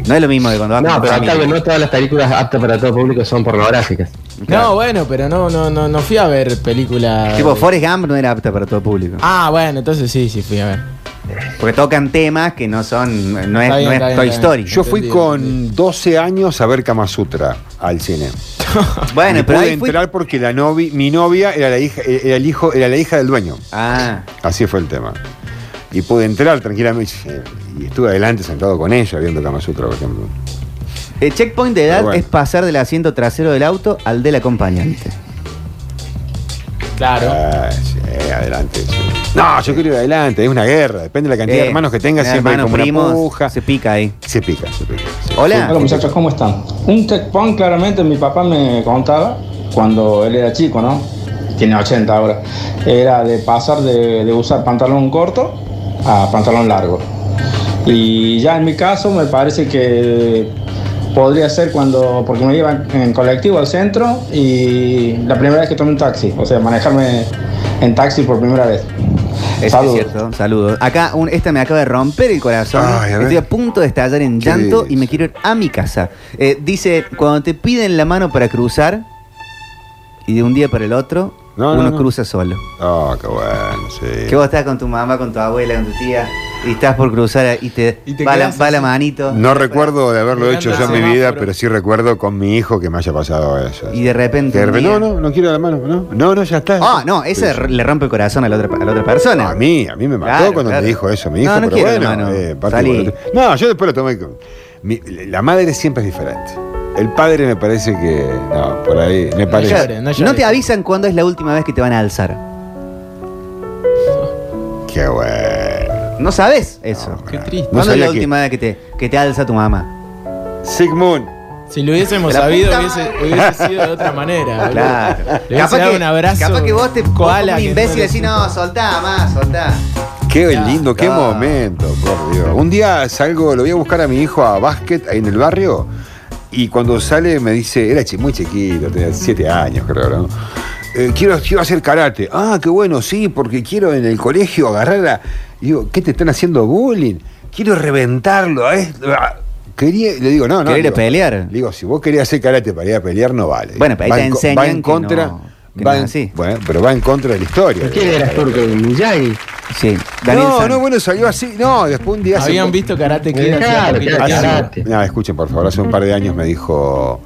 Speaker 4: No es lo mismo que cuando vas
Speaker 1: No,
Speaker 4: con
Speaker 1: pero
Speaker 4: familia.
Speaker 1: hasta que no todas las películas aptas para todo público son pornográficas.
Speaker 2: No, bueno, pero no, no, no, no fui a ver películas.
Speaker 4: Tipo, Forrest Gump no era apta para todo público.
Speaker 2: Ah, bueno, entonces sí, sí fui a ver.
Speaker 4: Porque tocan temas que no son. No es, no
Speaker 2: Está bien,
Speaker 4: es
Speaker 2: está bien,
Speaker 4: Toy
Speaker 2: está
Speaker 4: Story.
Speaker 2: bien.
Speaker 3: Yo fui
Speaker 2: Entendido,
Speaker 3: con
Speaker 2: entendido.
Speaker 3: 12 años a ver Kama Sutra al cine.
Speaker 4: Bueno,
Speaker 3: Y
Speaker 4: pero
Speaker 3: pude
Speaker 4: ahí fui.
Speaker 3: entrar porque la novi, mi novia era la hija, eh, era el hijo, era la hija del dueño.
Speaker 4: Ah,
Speaker 3: Así fue el tema. Y pude entrar tranquilamente y estuve adelante sentado con ella viendo Kama Sutra, por ejemplo.
Speaker 4: el checkpoint de edad
Speaker 3: Pero bueno.
Speaker 4: es pasar del asiento trasero del auto al del acompañante.
Speaker 2: Claro.
Speaker 3: Ah, sí, adelante. sí. No, yo quiero ir adelante, es una guerra, depende de la cantidad
Speaker 4: Eh,
Speaker 3: de hermanos que tengas, siempre hay
Speaker 4: hermanos,
Speaker 3: como
Speaker 4: primos,
Speaker 3: una puja.
Speaker 4: Se
Speaker 3: Se,
Speaker 4: pica ahí.
Speaker 3: pica, se pica. sí.
Speaker 4: Hola.
Speaker 5: Hola muchachos, ¿cómo están? Un checkpoint claramente mi papá me contaba cuando él era chico, ¿no? Tiene 80 ahora. Era de pasar de, de usar pantalón corto a pantalón largo. Y ya en mi caso me parece que podría ser cuando, porque me iba en colectivo al centro y la primera vez que tomé un taxi, o sea, manejarme en taxi por primera vez.
Speaker 4: Eso
Speaker 5: Saludos.
Speaker 4: Este es cierto. Saludos. Acá, un, esta me acaba de romper el corazón.
Speaker 3: Ay, a ver.
Speaker 4: Estoy a punto de estallar en
Speaker 3: ¿Qué
Speaker 4: llanto y
Speaker 3: dice?
Speaker 4: me quiero ir a mi casa. Eh, dice, cuando te piden la mano para cruzar y de un día para el otro,
Speaker 3: No, no,
Speaker 4: uno
Speaker 3: no.
Speaker 4: cruza solo.
Speaker 3: Ah, qué bueno, sí.
Speaker 4: Que vos estás con tu mamá, con tu abuela, con tu tía y estás por cruzar y te,
Speaker 2: Y te
Speaker 4: va, la,
Speaker 2: quedás
Speaker 4: va
Speaker 2: así.
Speaker 4: la manito.
Speaker 3: No recuerdo de haberlo hecho yo en mi
Speaker 2: Mirando el
Speaker 3: vida,
Speaker 2: semáforo.
Speaker 3: pero sí recuerdo con mi hijo que me haya pasado eso.
Speaker 4: Y de
Speaker 3: Que
Speaker 4: repente.
Speaker 3: de
Speaker 4: un
Speaker 3: repente,
Speaker 4: día-
Speaker 3: no, no, no quiero la mano, no. No, no, ya está.
Speaker 4: Ah, no, ese
Speaker 3: Sí, Ah, sí.
Speaker 4: le rompe el corazón a la otra, a la otra persona.
Speaker 3: A mí, a mí me mató
Speaker 4: Claro,
Speaker 3: cuando
Speaker 4: claro.
Speaker 3: me dijo eso, mi
Speaker 4: No,
Speaker 3: hijo,
Speaker 4: no
Speaker 3: pero
Speaker 4: quiero,
Speaker 3: bueno,
Speaker 4: hermano.
Speaker 3: eh, parte
Speaker 4: Salí.
Speaker 3: importante. No, yo después lo tomé con- mi- la madre siempre es diferente. El padre me parece que. No, por ahí. Me
Speaker 4: O sea,
Speaker 3: parece.
Speaker 2: llores, no
Speaker 4: no,
Speaker 2: llores.
Speaker 4: te avisan cuándo es la última vez que te van a alzar.
Speaker 3: Qué bueno.
Speaker 4: No sabes eso.
Speaker 2: Qué triste.
Speaker 3: No
Speaker 4: ¿Cuándo es
Speaker 3: sabía
Speaker 4: la
Speaker 3: que-
Speaker 4: última vez que te, que te alza tu mamá?
Speaker 3: Sigmund.
Speaker 2: Si lo hubiésemos
Speaker 4: La
Speaker 2: sabido,
Speaker 4: puta
Speaker 2: hubiese,
Speaker 4: madre.
Speaker 2: hubiese sido de otra manera. boludo.
Speaker 4: Claro.
Speaker 2: Le hubiese dado un abrazo.
Speaker 4: capaz que vos te vos
Speaker 2: koala
Speaker 4: como un
Speaker 2: que
Speaker 4: imbécil
Speaker 2: no le-
Speaker 4: decís, no, soltá, más, soltá.
Speaker 3: Qué lindo, qué
Speaker 4: claro.
Speaker 3: momento, por Dios. Un día salgo, lo voy a buscar a mi hijo a básquet ahí en el barrio. Y cuando sale me dice, era chi- muy chiquito, tenía siete años creo, ¿no? Eh, quiero, quiero hacer karate. Ah, qué bueno, sí, porque quiero en el colegio agarrar a... y Digo, ¿qué te están haciendo bullying? Quiero reventarlo. a esto, a- Quería, le digo, no, no.
Speaker 4: ¿Querer ir a
Speaker 3: digo,
Speaker 4: pelear?
Speaker 3: Le digo, si vos querías hacer karate para ir a pelear, no vale.
Speaker 4: Bueno, pero ahí
Speaker 3: Va
Speaker 4: te
Speaker 3: en co-
Speaker 4: enseñan
Speaker 3: Va en
Speaker 4: que
Speaker 3: contra,
Speaker 4: no. que
Speaker 3: va
Speaker 4: no es
Speaker 3: en-
Speaker 4: así.
Speaker 3: Bueno, pero va en contra de la historia.
Speaker 1: ¿Quién era turco? Miyagi.
Speaker 4: Sí, Daniel
Speaker 3: No,
Speaker 4: San.
Speaker 3: no, bueno, salió así. No, después un día hace
Speaker 2: Habían
Speaker 3: po-
Speaker 2: visto Karate Kid
Speaker 1: Claro,
Speaker 2: hacía poquito
Speaker 1: claro,
Speaker 2: tiempo.
Speaker 1: claro.
Speaker 3: Hace- no, escuchen, por favor, hace un par de años me dijo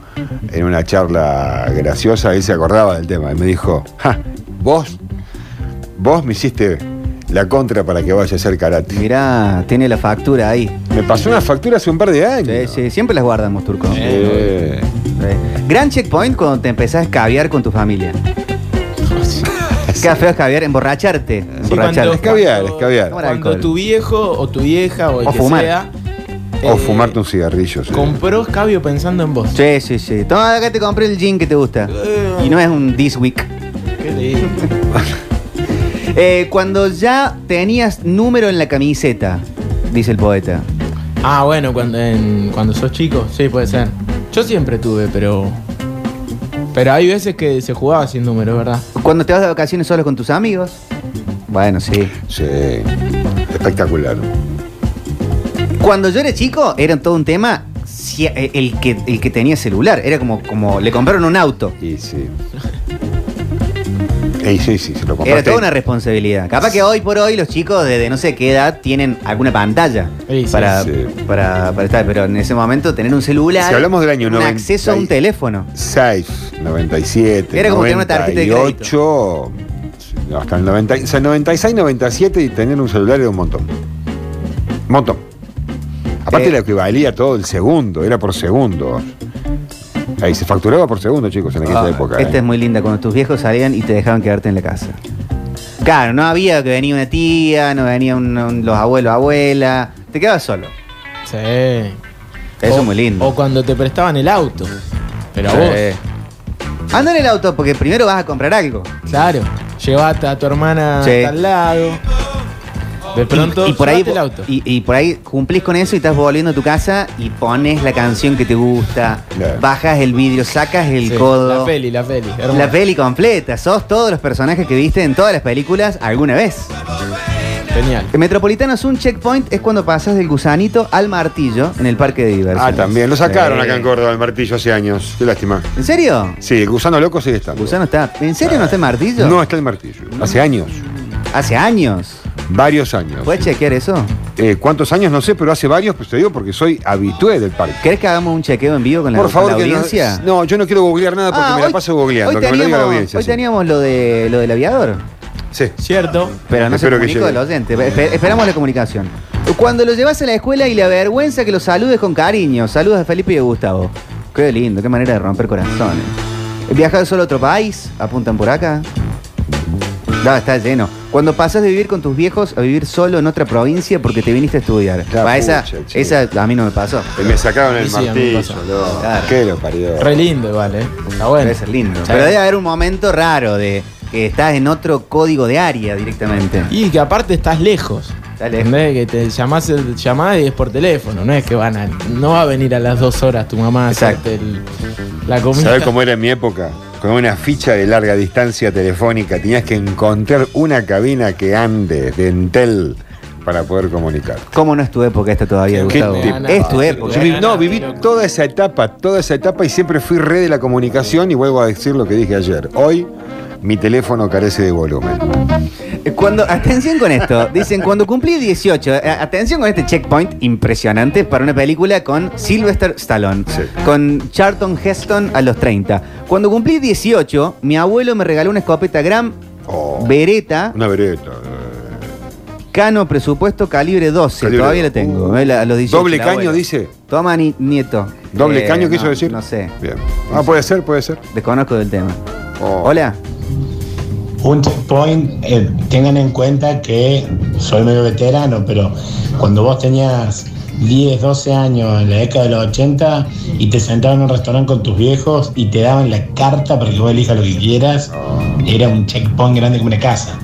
Speaker 3: en una charla graciosa, él se acordaba del tema, y me dijo, "Ja, vos, vos me hiciste la contra para que vaya a hacer karate.
Speaker 4: Mirá, tiene la factura ahí.
Speaker 3: Me pasó una factura hace un par de años.
Speaker 4: Sí, sí, siempre las guardamos, Turco.
Speaker 3: Eh,
Speaker 4: Sí. Gran checkpoint cuando te empezás a escabiar con tu familia. Qué feo escabiar, emborracharte.
Speaker 2: Sí, cuando-
Speaker 4: Emborracharte.
Speaker 3: cuando- Escabiar, escabiar.
Speaker 2: Cuando
Speaker 4: Alcohol.
Speaker 2: tu viejo o tu vieja o el
Speaker 4: O
Speaker 2: que
Speaker 4: fumar.
Speaker 2: sea.
Speaker 3: o
Speaker 2: eh,
Speaker 3: fumarte un cigarrillo. sí.
Speaker 2: Compró escabio pensando en vos.
Speaker 4: Sí, sí, sí. Toma, acá te compré el jean que te gusta.
Speaker 2: Eh.
Speaker 4: Y no es un This Week.
Speaker 2: Qué lindo.
Speaker 4: Eh, cuando ya tenías número en la camiseta, dice el poeta.
Speaker 2: Ah, bueno, cuando, en- cuando sos chico, sí, puede ser. Yo siempre tuve, pero. Pero hay veces que se jugaba sin número, ¿verdad?
Speaker 4: Cuando te vas de vacaciones solo con tus amigos. Bueno, sí.
Speaker 3: Sí. Espectacular.
Speaker 4: Cuando yo era chico, era todo un tema si- eh, el que, el que tenía celular. Era como, como le compraron un auto.
Speaker 3: Y sí. Y sí, sí, se lo compraste.
Speaker 4: Era toda una responsabilidad. Capaz que hoy por hoy los chicos desde no sé qué edad tienen alguna pantalla
Speaker 2: Sí, sí,
Speaker 4: para,
Speaker 3: sí.
Speaker 4: Para, para estar. Pero en ese momento tener un celular.
Speaker 3: Si hablamos del año
Speaker 4: Un
Speaker 3: 90
Speaker 4: acceso a un
Speaker 3: y-
Speaker 4: teléfono.
Speaker 3: 6, 97,
Speaker 4: Era como tener una tarjeta de
Speaker 3: 98, hasta el 90, o sea, 96, 97 y tener un celular era un montón. Montón. Aparte
Speaker 4: Eh.
Speaker 3: de lo que valía todo el segundo, era por segundo. Ahí se facturaba por segundo, chicos, en aquella
Speaker 4: Ah,
Speaker 3: época.
Speaker 4: Esta
Speaker 3: ¿eh?
Speaker 4: es muy linda, cuando tus viejos salían y te dejaban quedarte en la casa. Claro, no había que venía una tía, no venía un- un- los abuelos, abuela. Te quedabas solo.
Speaker 2: Sí.
Speaker 4: Eso
Speaker 2: O-
Speaker 4: es muy lindo.
Speaker 2: O cuando te prestaban el auto. Pero a vos.
Speaker 4: Anda en el auto porque primero vas a comprar algo.
Speaker 2: Claro. Llevaste a tu hermana
Speaker 4: Sí.
Speaker 2: al lado. De pronto,
Speaker 4: y, y por ahí,
Speaker 2: llevaste el auto.
Speaker 4: Y, y por ahí cumplís con eso y estás volviendo a tu casa y pones la canción que te gusta,
Speaker 3: Claro.
Speaker 4: bajas el vidrio, sacas el
Speaker 2: Sí,
Speaker 4: codo.
Speaker 2: La peli, la peli. hermoso.
Speaker 4: La peli completa, sos todos los personajes que viste en todas las películas alguna vez.
Speaker 2: Genial.
Speaker 4: En Metropolitanos un checkpoint es cuando pasas del gusanito al martillo en el parque de diversiones.
Speaker 3: Ah, también. Lo sacaron
Speaker 4: Sí.
Speaker 3: acá en Córdoba, el martillo, hace años. Qué lástima.
Speaker 4: ¿En serio?
Speaker 3: Sí, el gusano loco sigue estando.
Speaker 4: Gusano está. ¿En serio no está el martillo?
Speaker 3: No está el martillo. Hace años.
Speaker 4: Hace años.
Speaker 3: Varios años.
Speaker 4: ¿Puedes chequear eso?
Speaker 3: Eh, ¿Cuántos años? No sé, pero hace varios, pues te digo, porque soy habitué del parque.
Speaker 4: ¿Querés que hagamos un chequeo en vivo con la,
Speaker 3: Por
Speaker 4: con
Speaker 3: favor,
Speaker 4: la
Speaker 3: que no-
Speaker 4: audiencia?
Speaker 3: No, yo no quiero googlear nada porque
Speaker 4: Ah,
Speaker 3: me la paso googleando.
Speaker 4: hoy
Speaker 3: que me lo diga la
Speaker 4: teníamos,
Speaker 3: audiencia.
Speaker 4: hoy
Speaker 3: sí.
Speaker 4: teníamos lo, de, lo del aviador,
Speaker 3: Sí. eh,
Speaker 2: Cierto.
Speaker 4: pero no
Speaker 3: Espero
Speaker 4: se
Speaker 3: que
Speaker 4: comunicó el
Speaker 3: llegue.
Speaker 4: oyente. Espe- esperamos la comunicación. Cuando lo llevas a la escuela y la vergüenza que lo saludes con cariño. Saludos a Felipe y a Gustavo. Qué lindo, qué manera de romper corazones. Viajar solo a otro país, apuntan por acá. No, está lleno. Cuando pasas de vivir con tus viejos a vivir solo en otra provincia porque te viniste a estudiar.
Speaker 3: La
Speaker 4: Va, esa,
Speaker 3: pucha, che.
Speaker 4: esa a mí no me pasó.
Speaker 3: Y Me sacaron el
Speaker 2: Sí, sí, a mí me pasa.
Speaker 3: martillo, no.
Speaker 4: Claro.
Speaker 3: Qué lo parió.
Speaker 2: Re lindo igual, eh. Está bueno.
Speaker 4: Debe ser lindo.
Speaker 2: Sí.
Speaker 4: Pero debe haber un momento raro de que estás en otro código de área directamente.
Speaker 2: Y que aparte estás lejos.
Speaker 4: Está lejos.
Speaker 2: ¿Entendés? Que te llamás, el- llamás y es por teléfono. No es que van a, no va a venir a las dos horas tu mamá a
Speaker 4: Exacto.
Speaker 2: hacerte el- la comida.
Speaker 3: ¿Sabés cómo era en mi época? Con una ficha de larga distancia telefónica tenías que encontrar una cabina que ande de Entel para poder comunicar.
Speaker 4: ¿Cómo no es tu época esta todavía,
Speaker 3: Qué
Speaker 4: Gustavo?
Speaker 3: tipo.
Speaker 4: Es tu época.
Speaker 3: Yo
Speaker 2: Bueno,
Speaker 3: vi- no, viví
Speaker 2: pero-
Speaker 3: toda esa etapa, toda esa etapa y siempre fui re de la comunicación y vuelvo a decir lo que dije ayer. Hoy mi teléfono carece de volumen.
Speaker 4: Eh, Cuando, atención con esto. Dicen, cuando cumplí 18, eh, atención con este checkpoint impresionante para una película con Sylvester Stallone,
Speaker 3: Sí.
Speaker 4: con Charlton Heston a los 30. Cuando cumplí 18, mi abuelo me regaló una escopeta Gram
Speaker 3: Oh,
Speaker 4: Beretta,
Speaker 3: una vereta.
Speaker 4: cano presupuesto calibre 12.
Speaker 3: Calibre-
Speaker 4: Todavía la tengo.
Speaker 3: Uh.
Speaker 4: eh, la- a los 18,
Speaker 3: Doble
Speaker 4: la
Speaker 3: caño,
Speaker 4: abuela.
Speaker 3: dice.
Speaker 4: Toma, ni- nieto.
Speaker 3: ¿Doble
Speaker 4: Eh,
Speaker 3: caño
Speaker 4: no,
Speaker 3: quiso decir?
Speaker 4: No sé.
Speaker 3: Bien. Ah, puede ser, puede ser.
Speaker 4: Desconozco del tema.
Speaker 3: Oh.
Speaker 4: Hola.
Speaker 6: Un checkpoint, eh, tengan en cuenta que soy medio veterano, pero cuando vos tenías 10, 12 años en la década de los 80 y te sentaban en un restaurante con tus viejos y te daban la carta para que vos elijas lo que quieras, era un checkpoint grande como una casa.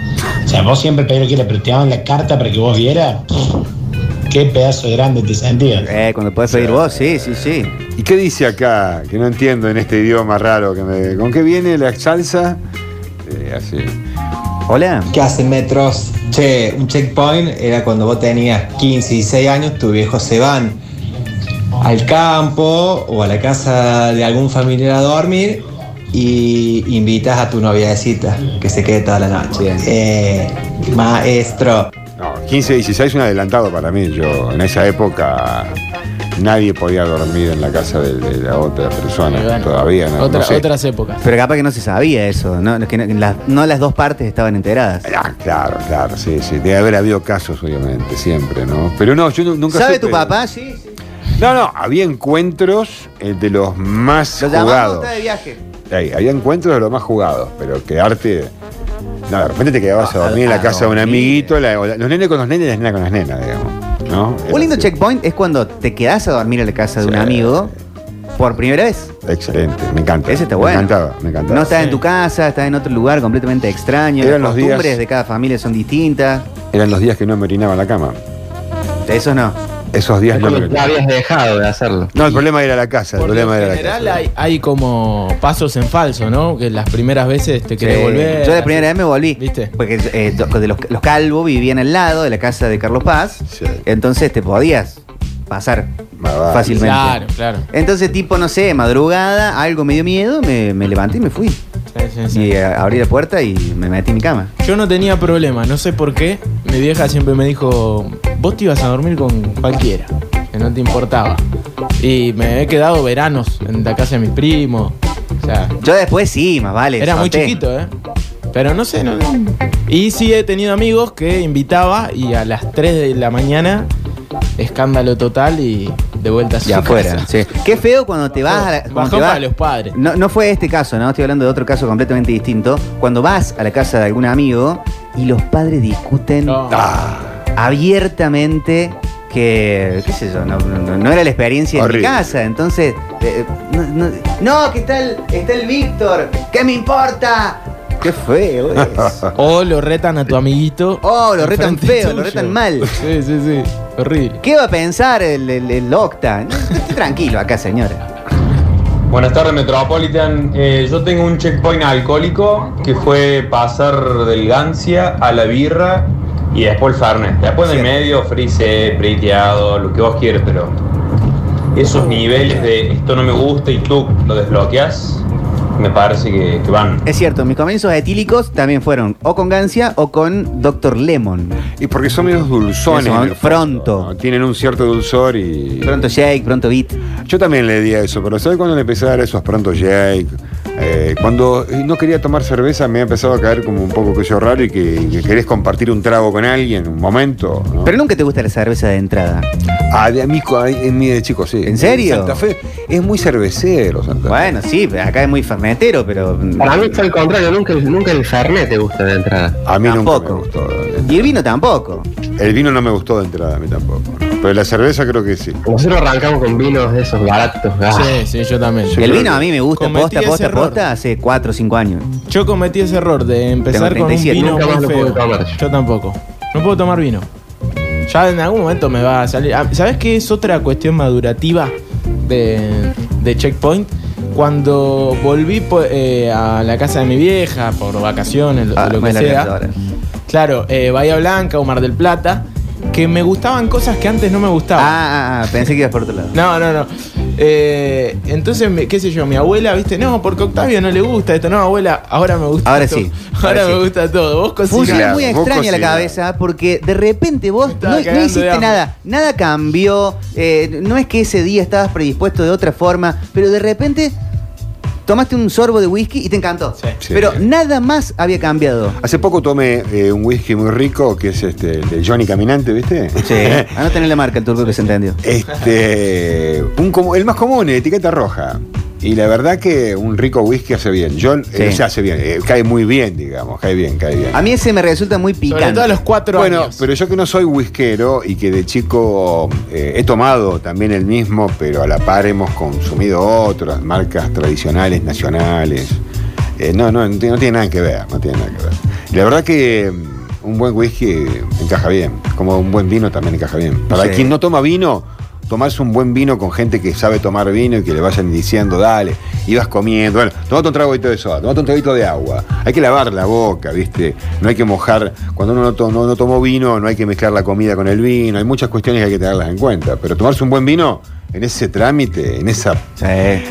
Speaker 6: O sea, vos siempre pedías lo que quieras, pero te daban la carta para que vos vieras, pff, qué pedazo de grande te sentías.
Speaker 4: Eh, cuando puedes pedir vos, sí, sí, sí.
Speaker 3: ¿Y qué dice acá? Que no entiendo en este idioma raro. Que me... ¿Con qué viene la salsa? Eh, así.
Speaker 4: Hola.
Speaker 7: ¿Qué hacen metros? Che, un checkpoint era cuando vos tenías 15, 16 años, tus viejos se van al campo o a la casa de algún familiar a dormir y invitas a tu noviecita que se quede toda la noche. Eh, maestro.
Speaker 3: No, 15, 16 un adelantado para mí. Yo en esa época nadie podía dormir en la casa de, de la otra persona.
Speaker 2: Y bueno,
Speaker 3: Todavía no,
Speaker 2: otra-
Speaker 3: no sé.
Speaker 2: Otras épocas.
Speaker 4: Pero capaz que no se sabía eso, ¿no? Que no, que las- no las dos partes estaban enteradas.
Speaker 3: Ah, claro, claro, sí, sí. Debe haber habido casos, obviamente, siempre, ¿no? Pero no, yo nu- nunca
Speaker 4: ¿Sabe
Speaker 3: supe.
Speaker 4: tu papá? Sí, sí.
Speaker 3: No, no, había encuentros eh, de los más
Speaker 4: Lo llamamos,
Speaker 3: jugados.
Speaker 4: está de viaje.
Speaker 3: Ey, había encuentros de los más jugados, pero quedarte. No, de repente te quedabas a dormir en la
Speaker 4: a
Speaker 3: casa de un
Speaker 4: dormir.
Speaker 3: amiguito, la- o la- los nenes con los nenes y las nenas con las nenas, digamos. ¿no? Era
Speaker 4: Un lindo
Speaker 3: así.
Speaker 4: checkpoint es cuando te quedás a dormir en la casa de un
Speaker 3: Sí.
Speaker 4: amigo por primera vez.
Speaker 3: Excelente, me encanta.
Speaker 4: Ese está bueno.
Speaker 3: Me encantaba, me encantaba.
Speaker 4: No estás en
Speaker 2: Sí.
Speaker 4: tu casa, estás en otro lugar completamente extraño.
Speaker 3: Eran
Speaker 4: las
Speaker 3: los días-
Speaker 4: costumbres de cada familia son distintas.
Speaker 3: Eran los días que no me orinaba en la cama.
Speaker 4: Eso no.
Speaker 3: Esos días no me
Speaker 1: Ya
Speaker 3: orinaba.
Speaker 1: habías dejado de hacerlo.
Speaker 3: No, el problema era la casa, el
Speaker 2: Porque
Speaker 3: problema
Speaker 2: en
Speaker 3: era la
Speaker 2: general
Speaker 3: casa.
Speaker 2: hay, hay como pasos en falso, ¿no? Que las primeras veces te querés
Speaker 4: Sí.
Speaker 2: volver.
Speaker 4: Yo la primera vez me volví.
Speaker 2: ¿Viste?
Speaker 4: Porque eh, to- de los, los calvos vivían al lado de la casa de Carlos Paz.
Speaker 3: Sí.
Speaker 4: Entonces te podías pasar
Speaker 3: Ah, vale.
Speaker 4: fácilmente.
Speaker 2: Claro, claro.
Speaker 4: Entonces, tipo, no sé, madrugada, algo me dio miedo, me, me levanté y me fui.
Speaker 2: Sí, sí, sí.
Speaker 4: Y eh, abrí la puerta y me metí en mi cama.
Speaker 2: Yo no tenía problema, no sé por qué. Mi vieja siempre me dijo, vos te ibas a dormir con cualquiera, que no te importaba. Y me he quedado veranos en la casa de mis primos. O sea,
Speaker 4: Yo después sí, más vale.
Speaker 2: era muy
Speaker 4: solté.
Speaker 2: chiquito, ¿eh? Pero no sé, no, no. Y sí he tenido amigos que invitaba y a las 3 de la mañana, escándalo total y de vuelta a su
Speaker 4: Y afuera.
Speaker 2: casa.
Speaker 4: sí. Qué feo cuando te vas a la, cuando
Speaker 2: Bajón
Speaker 4: te vas-
Speaker 2: para los padres.
Speaker 4: No, no fue este caso, ¿no? Estoy hablando de otro caso completamente distinto. Cuando vas a la casa de algún amigo y los padres discuten
Speaker 2: No.
Speaker 4: abiertamente que, qué sé yo, no, no- no era la experiencia de mi
Speaker 3: Horrible.
Speaker 4: casa. Entonces, eh, no, no- no, que está el, está el Víctor, ¿qué me importa? Qué feo es.
Speaker 2: O lo retan a tu amiguito.
Speaker 4: Oh, lo retan
Speaker 2: enfrente
Speaker 4: feo, lo retan mal.
Speaker 2: Sí, sí, sí. Horrible.
Speaker 4: ¿Qué va a pensar el, el, el Octa? No, esté tranquilo acá, señora.
Speaker 8: Buenas tardes, Metropolitan. Eh, yo tengo un checkpoint alcohólico que fue pasar del Gancia a la birra y después el Fernet. Después en el
Speaker 4: Cierto.
Speaker 8: medio, frise, priteado, lo que vos quieras, pero esos
Speaker 4: Oh.
Speaker 8: niveles de esto no me gusta y tú lo desbloqueas, me parece que, que van.
Speaker 4: Es cierto, mis comienzos etílicos también fueron o con Gancia o con Dr. Lemon.
Speaker 3: Y porque son medios dulzones.
Speaker 4: Eso,
Speaker 3: en el fondo,
Speaker 4: pronto.
Speaker 3: ¿no? Tienen un cierto dulzor y.
Speaker 4: Pronto Jake, pronto Beat.
Speaker 3: Yo también le di a eso, pero ¿sabes cuándo le empecé a dar esos pronto Jake? Eh, cuando no quería tomar cerveza me ha empezado a caer como un poco que yo raro y que, que querés compartir un trago con alguien, un momento. ¿no?
Speaker 4: Pero nunca te gusta la cerveza de entrada.
Speaker 3: Ah, de amigo, ay, en mí de chico, sí.
Speaker 4: ¿En serio?
Speaker 3: Santa Fe es muy cervecero, Santa Fe.
Speaker 4: Bueno, sí, acá es muy fermentero, pero.
Speaker 1: Para mí es al contrario, nunca, nunca el Fernet te gusta de entrada.
Speaker 3: A mí
Speaker 4: tampoco.
Speaker 3: nunca me gustó. ¿eh?
Speaker 4: Y el vino tampoco.
Speaker 3: El vino no me gustó de entrada, a mí tampoco. ¿no? Pero la cerveza creo que sí.
Speaker 1: Nosotros arrancamos con vinos de esos baratos. ah.
Speaker 2: Sí, sí, yo también.
Speaker 3: Sí.
Speaker 4: El
Speaker 3: creo
Speaker 4: vino
Speaker 3: que
Speaker 4: a mí me gusta
Speaker 2: cometí
Speaker 4: posta,
Speaker 2: ese
Speaker 4: posta,
Speaker 2: error.
Speaker 4: posta hace 4 o 5 años.
Speaker 2: Yo cometí ese error de empezar
Speaker 4: Tengo
Speaker 2: con un
Speaker 4: 37,
Speaker 2: vino
Speaker 1: nunca más
Speaker 2: muy
Speaker 1: lo
Speaker 2: feo.
Speaker 1: pude tomar.
Speaker 2: Yo tampoco. No puedo tomar vino. Ya en algún momento me va a salir. Ah, ¿Sabes qué es otra cuestión madurativa de, de Checkpoint? Cuando volví po- eh, a la casa de mi vieja por vacaciones, lo,
Speaker 4: Ah,
Speaker 2: lo que
Speaker 4: me la canto
Speaker 2: sea.
Speaker 4: ahora.
Speaker 2: Claro, eh, Bahía Blanca o Mar del Plata, que me gustaban cosas que antes no me gustaban.
Speaker 4: Ah, ah, ah, pensé que ibas por otro lado.
Speaker 2: No, no, no. Eh, entonces, me- qué sé yo, mi abuela, viste, no, porque a Octavio no le gusta esto. No, abuela, ahora me gusta
Speaker 4: Ahora
Speaker 2: todo.
Speaker 4: sí,
Speaker 2: Ahora
Speaker 4: ahora
Speaker 2: me
Speaker 4: sí.
Speaker 2: gusta todo. Vos
Speaker 4: Funciona
Speaker 2: cocinás.
Speaker 3: Claro,
Speaker 4: muy
Speaker 3: vos
Speaker 4: extraña la
Speaker 3: cocinás.
Speaker 4: cabeza porque de repente vos
Speaker 2: Estaba
Speaker 4: no, no
Speaker 2: cagando de
Speaker 4: hiciste
Speaker 2: hambre.
Speaker 4: nada, nada cambió, eh, no es que ese día estabas predispuesto de otra forma, pero de repente tomaste un sorbo de whisky y te encantó.
Speaker 3: Sí.
Speaker 4: Pero nada más había cambiado.
Speaker 3: Hace poco tomé eh, un whisky muy rico, que es este, el de Johnny Caminante, ¿viste?
Speaker 4: Sí, a no tener la marca el turco que se entendió.
Speaker 3: Este, un como- el más común, eh, etiqueta roja. Y la verdad que un rico whisky hace bien. Yo, eh,
Speaker 4: Sí.
Speaker 3: o sea, hace bien. eh, cae muy bien, digamos. Cae bien, cae bien.
Speaker 4: A mí ese me resulta muy
Speaker 2: Sobre
Speaker 4: picante.
Speaker 2: todo a los cuatro
Speaker 3: bueno,
Speaker 2: años.
Speaker 3: pero yo que no soy whiskero y que de chico eh, he tomado también el mismo, pero a la par hemos consumido otras marcas tradicionales, nacionales. Eh, no, no, no tiene, no tiene nada que ver, no tiene nada que ver. La verdad que mm, un buen whisky encaja bien, como un buen vino también encaja bien. Para
Speaker 4: Sí.
Speaker 3: quien no toma vino, tomarse un buen vino con gente que sabe tomar vino y que le vayan diciendo, dale, y vas comiendo, bueno, tomate un traguito de soda, tomate un traguito de agua. Hay que lavar la boca, ¿viste? No hay que mojar. Cuando uno no, to- no- no tomó vino, no hay que mezclar la comida con el vino. Hay muchas cuestiones que hay que tenerlas en cuenta. Pero tomarse un buen vino en ese trámite, en esa.
Speaker 4: Sí.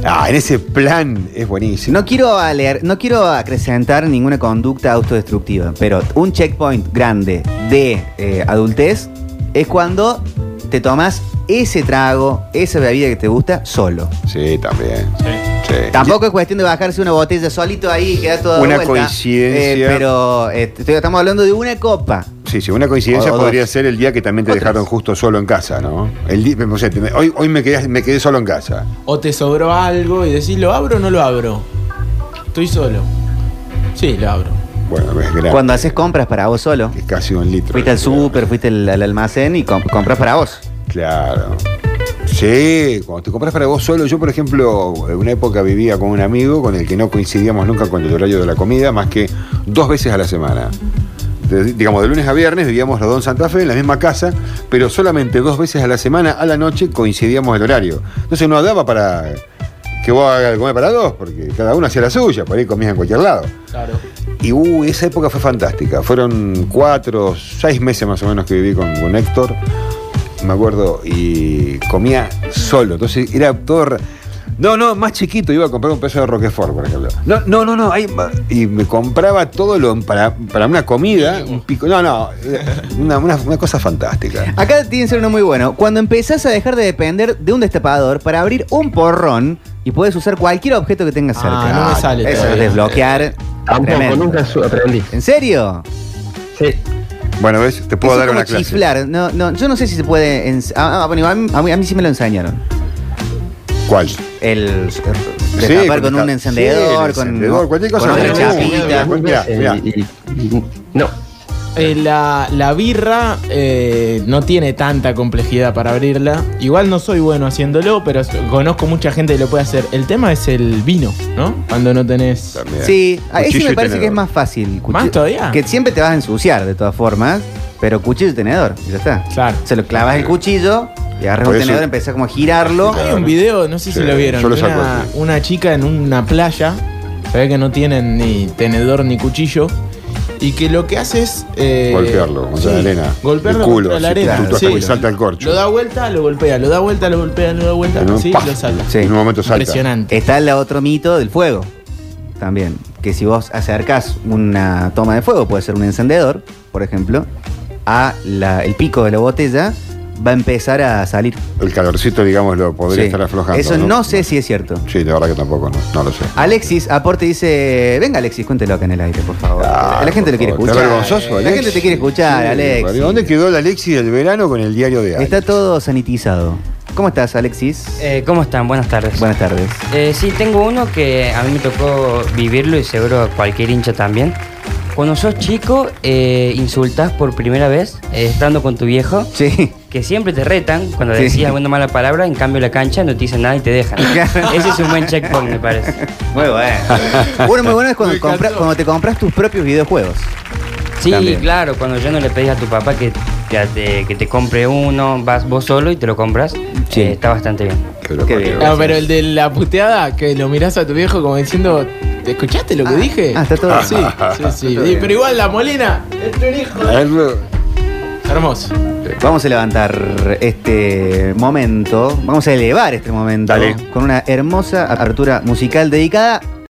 Speaker 3: Ah, en ese plan es buenísimo.
Speaker 4: No quiero, alear- no quiero acrecentar ninguna conducta autodestructiva, pero un checkpoint grande de eh, adultez es cuando te tomas ese trago, esa bebida que te gusta, solo.
Speaker 3: Sí, también. Sí.
Speaker 4: Tampoco es cuestión de bajarse una botella solito ahí y quedar todo
Speaker 3: Una coincidencia.
Speaker 4: pero eh, estoy- estamos hablando de una copa.
Speaker 3: Sí, sí, una coincidencia
Speaker 4: O- o
Speaker 3: podría
Speaker 4: dos.
Speaker 3: ser el día que también te
Speaker 4: O
Speaker 3: dejaron
Speaker 4: tres.
Speaker 3: justo solo en casa, ¿no? El di- o sea, te- hoy hoy me, quedé, me quedé solo en casa.
Speaker 2: O te sobró algo y decís, ¿lo abro o no lo abro? Estoy solo. Sí, lo abro.
Speaker 3: Bueno, es grande.
Speaker 4: Cuando haces compras para vos solo.
Speaker 3: Es casi un litro.
Speaker 4: Fuiste al súper, fuiste al, al almacén y comp- compras para vos.
Speaker 3: Claro. Sí, cuando te compras para vos solo, yo por ejemplo, en una época vivía con un amigo con el que no coincidíamos nunca con el horario de la comida, más que dos veces a la semana. De- digamos, de lunes a viernes vivíamos los dos en Santa Fe, en la misma casa, pero solamente dos veces a la semana, a la noche, coincidíamos el horario. Entonces no daba para que vos hagas de comer para dos, porque cada uno hacía la suya, por ahí comías en cualquier lado.
Speaker 2: Claro.
Speaker 3: Y uh, esa época fue fantástica. Fueron cuatro, seis meses más o menos que viví con, con Héctor. Me acuerdo, y comía solo. Entonces era todo. ra- No, no, más chiquito, iba a comprar un peso de Roquefort, por ejemplo. No, no, no, no. ahí va. y me compraba todo lo para, para una comida, un pico. No, no. era Una, una- una cosa fantástica.
Speaker 4: Acá tiene que ser uno muy bueno. Cuando empezás a dejar de depender de un destapador para abrir un porrón y puedes usar cualquier objeto que tengas
Speaker 2: Ah,
Speaker 4: cerca.
Speaker 2: no me sale
Speaker 4: Eso es
Speaker 2: todavía.
Speaker 4: desbloquear.
Speaker 1: Tampoco,
Speaker 4: Tremendo.
Speaker 1: nunca su- aprendí.
Speaker 4: ¿En serio?
Speaker 1: Sí.
Speaker 3: Bueno, ¿ves? Te puedo
Speaker 4: Eso es
Speaker 3: dar
Speaker 4: como
Speaker 3: una clase.
Speaker 4: chiflar. No, no, yo no sé si se puede. ens- ah, ah, bueno, a, mí, a mí- a mí sí me lo enseñaron.
Speaker 3: ¿Cuál?
Speaker 4: El
Speaker 3: Sí,
Speaker 4: destapar con,
Speaker 3: ta-
Speaker 4: un encendedor,
Speaker 3: sí,
Speaker 4: con,
Speaker 3: el encendedor, cualquier cosa.
Speaker 4: con
Speaker 1: No,
Speaker 4: otra
Speaker 1: no,
Speaker 4: chapita.
Speaker 1: no,
Speaker 3: Mirá, mirá.
Speaker 1: y- y- y- no.
Speaker 2: Eh, la, la birra eh, no tiene tanta complejidad para abrirla. Igual no soy bueno haciéndolo, pero s- conozco mucha gente que lo puede hacer. El tema es el vino, ¿no? Cuando no tenés...
Speaker 3: También.
Speaker 4: Sí, a ese
Speaker 3: Cuchillo
Speaker 4: me
Speaker 3: y
Speaker 4: parece que es
Speaker 3: tenedor.
Speaker 4: más fácil. Cuchi-
Speaker 2: ¿Más todavía?
Speaker 4: Que siempre te vas a ensuciar de todas formas, pero cuchillo y tenedor, y ya está.
Speaker 2: Claro.
Speaker 4: Se lo clavas el cuchillo y agarras
Speaker 3: Por
Speaker 4: un
Speaker 3: eso-
Speaker 4: tenedor, empezás como a girarlo.
Speaker 3: Claro.
Speaker 2: Hay un video, no sé
Speaker 3: Sí,
Speaker 2: si lo vieron,
Speaker 3: yo lo
Speaker 2: de
Speaker 3: saco
Speaker 2: una,
Speaker 3: así.
Speaker 2: una chica en una playa, se ve que no tienen ni tenedor ni cuchillo, y que lo que hace es... eh,
Speaker 3: Golpearlo contra
Speaker 2: sí,
Speaker 3: la arena.
Speaker 2: Golpearlo
Speaker 3: El culo,
Speaker 2: contra la
Speaker 3: así,
Speaker 2: arena.
Speaker 3: tú tocas
Speaker 2: sí.
Speaker 3: y salta el corcho.
Speaker 2: Lo da vuelta, lo golpea, lo da vuelta, lo golpea, lo da vuelta,
Speaker 3: En un
Speaker 2: sí,
Speaker 3: paf.
Speaker 2: lo salta.
Speaker 4: Sí.
Speaker 3: En un momento salta.
Speaker 2: Impresionante.
Speaker 4: Está el otro mito del fuego también. Que si vos acercás una toma de fuego, puede ser un encendedor, por ejemplo, a la- el pico de la botella, va a empezar a salir.
Speaker 3: El calorcito, digamos, lo podría
Speaker 4: Sí.
Speaker 3: estar aflojando.
Speaker 4: Eso no sé si es cierto.
Speaker 3: Sí, la verdad que tampoco, no, no lo sé.
Speaker 4: Alexis, aporte dice. Venga, Alexis, cuéntelo acá en el aire, por favor.
Speaker 3: Ah,
Speaker 4: la
Speaker 3: por
Speaker 4: gente lo quiere
Speaker 3: favor,
Speaker 4: escuchar.
Speaker 3: Está vergonzoso,
Speaker 4: La gente te quiere escuchar,
Speaker 3: Sí,
Speaker 4: Alexis.
Speaker 3: ¿Dónde quedó el Alexis del verano con el diario de
Speaker 4: Está
Speaker 3: Alex?
Speaker 4: todo sanitizado. ¿Cómo estás, Alexis?
Speaker 9: Eh, ¿Cómo están? Buenas tardes.
Speaker 4: Buenas tardes.
Speaker 9: Eh, sí, tengo uno que a mí me tocó vivirlo y seguro a cualquier hincha también. Cuando sos chico, eh, insultás por primera vez eh, estando con tu viejo,
Speaker 4: Sí.
Speaker 9: que siempre te retan cuando
Speaker 4: Sí.
Speaker 9: decías alguna mala palabra, en cambio en la cancha no te dicen nada y te dejan. Ese es un buen checkpoint, me parece.
Speaker 4: Muy bueno. Uno muy bueno es cuando, compra- cuando te compras tus propios videojuegos.
Speaker 9: Sí,
Speaker 4: También.
Speaker 9: claro, cuando ya no le pedís a tu papá que, que te, que te compre uno, vas vos solo y te lo compras,
Speaker 4: Sí.
Speaker 9: eh, está bastante bien.
Speaker 3: Pero,
Speaker 4: Qué
Speaker 3: por
Speaker 4: bien.
Speaker 3: Dios.
Speaker 2: No, pero el de la puteada, que lo mirás a tu viejo como diciendo, ¿te escuchaste lo que
Speaker 4: Ah,
Speaker 2: dije?
Speaker 4: ah, está todo bien.
Speaker 2: Sí, sí, sí.
Speaker 4: todo
Speaker 2: Y-
Speaker 4: bien.
Speaker 2: Pero igual la molina, es un hijo.
Speaker 3: A ver, lo-
Speaker 2: Hermoso.
Speaker 4: Vamos a levantar este momento, vamos a elevar este momento
Speaker 3: Dale.
Speaker 4: con una hermosa apertura musical dedicada